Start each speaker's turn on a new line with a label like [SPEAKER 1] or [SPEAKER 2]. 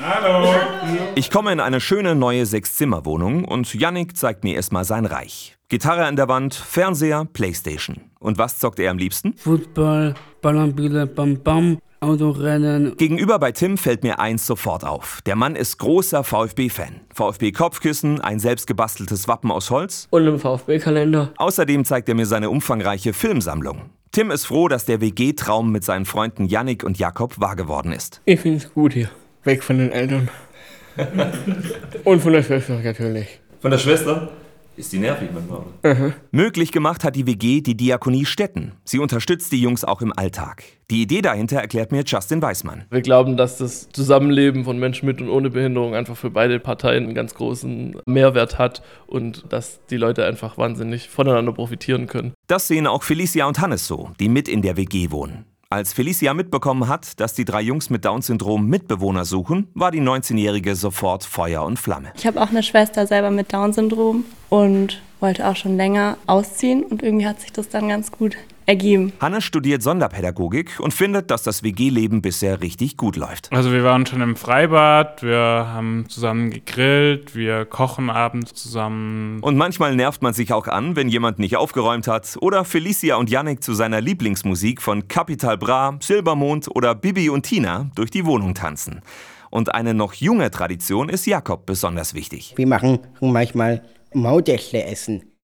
[SPEAKER 1] Hallo.
[SPEAKER 2] Ich komme in eine schöne neue Sechszimmerwohnung und Yannick zeigt mir erstmal sein Reich. Gitarre an der Wand, Fernseher, Playstation. Und was zockt er am liebsten?
[SPEAKER 3] Football, Ballonbühle, Bam Bam, Autorennen.
[SPEAKER 2] Gegenüber bei Tim fällt mir eins sofort auf. Der Mann ist großer VfB-Fan. VfB-Kopfkissen, ein selbstgebasteltes Wappen aus Holz.
[SPEAKER 3] Und im VfB-Kalender.
[SPEAKER 2] Außerdem zeigt er mir seine umfangreiche Filmsammlung. Tim ist froh, dass der WG-Traum mit seinen Freunden Yannick und Jakob wahr geworden ist.
[SPEAKER 3] Ich find's gut hier.
[SPEAKER 4] Weg von den Eltern. Und von der Schwester natürlich.
[SPEAKER 5] Von der Schwester?
[SPEAKER 2] Ist die nervig manchmal. Möglich gemacht hat die WG die Diakonie Stetten. Sie unterstützt die Jungs auch im Alltag. Die Idee dahinter erklärt mir Justin Weismann.
[SPEAKER 6] Wir glauben, dass das Zusammenleben von Menschen mit und ohne Behinderung einfach für beide Parteien einen ganz großen Mehrwert hat und dass die Leute einfach wahnsinnig voneinander profitieren können.
[SPEAKER 2] Das sehen auch Felicia und Hannes so, die mit in der WG wohnen. Als Felicia mitbekommen hat, dass die drei Jungs mit Down-Syndrom Mitbewohner suchen, war die 19-Jährige sofort Feuer und Flamme.
[SPEAKER 7] Ich habe auch eine Schwester selber mit Down-Syndrom und wollte auch schon länger ausziehen und irgendwie hat sich das dann ganz gut ergeben.
[SPEAKER 2] Hannes studiert Sonderpädagogik und findet, dass das WG-Leben bisher richtig gut läuft.
[SPEAKER 1] Also wir waren schon im Freibad, wir haben zusammen gegrillt, wir kochen abends zusammen.
[SPEAKER 2] Und manchmal nervt man sich auch an, wenn jemand nicht aufgeräumt hat oder Felicia und Yannick zu seiner Lieblingsmusik von Capital Bra, Silbermond oder Bibi und Tina durch die Wohnung tanzen. Und eine noch junge Tradition ist Jakob besonders wichtig.
[SPEAKER 8] Wir machen manchmal Maudächle essen.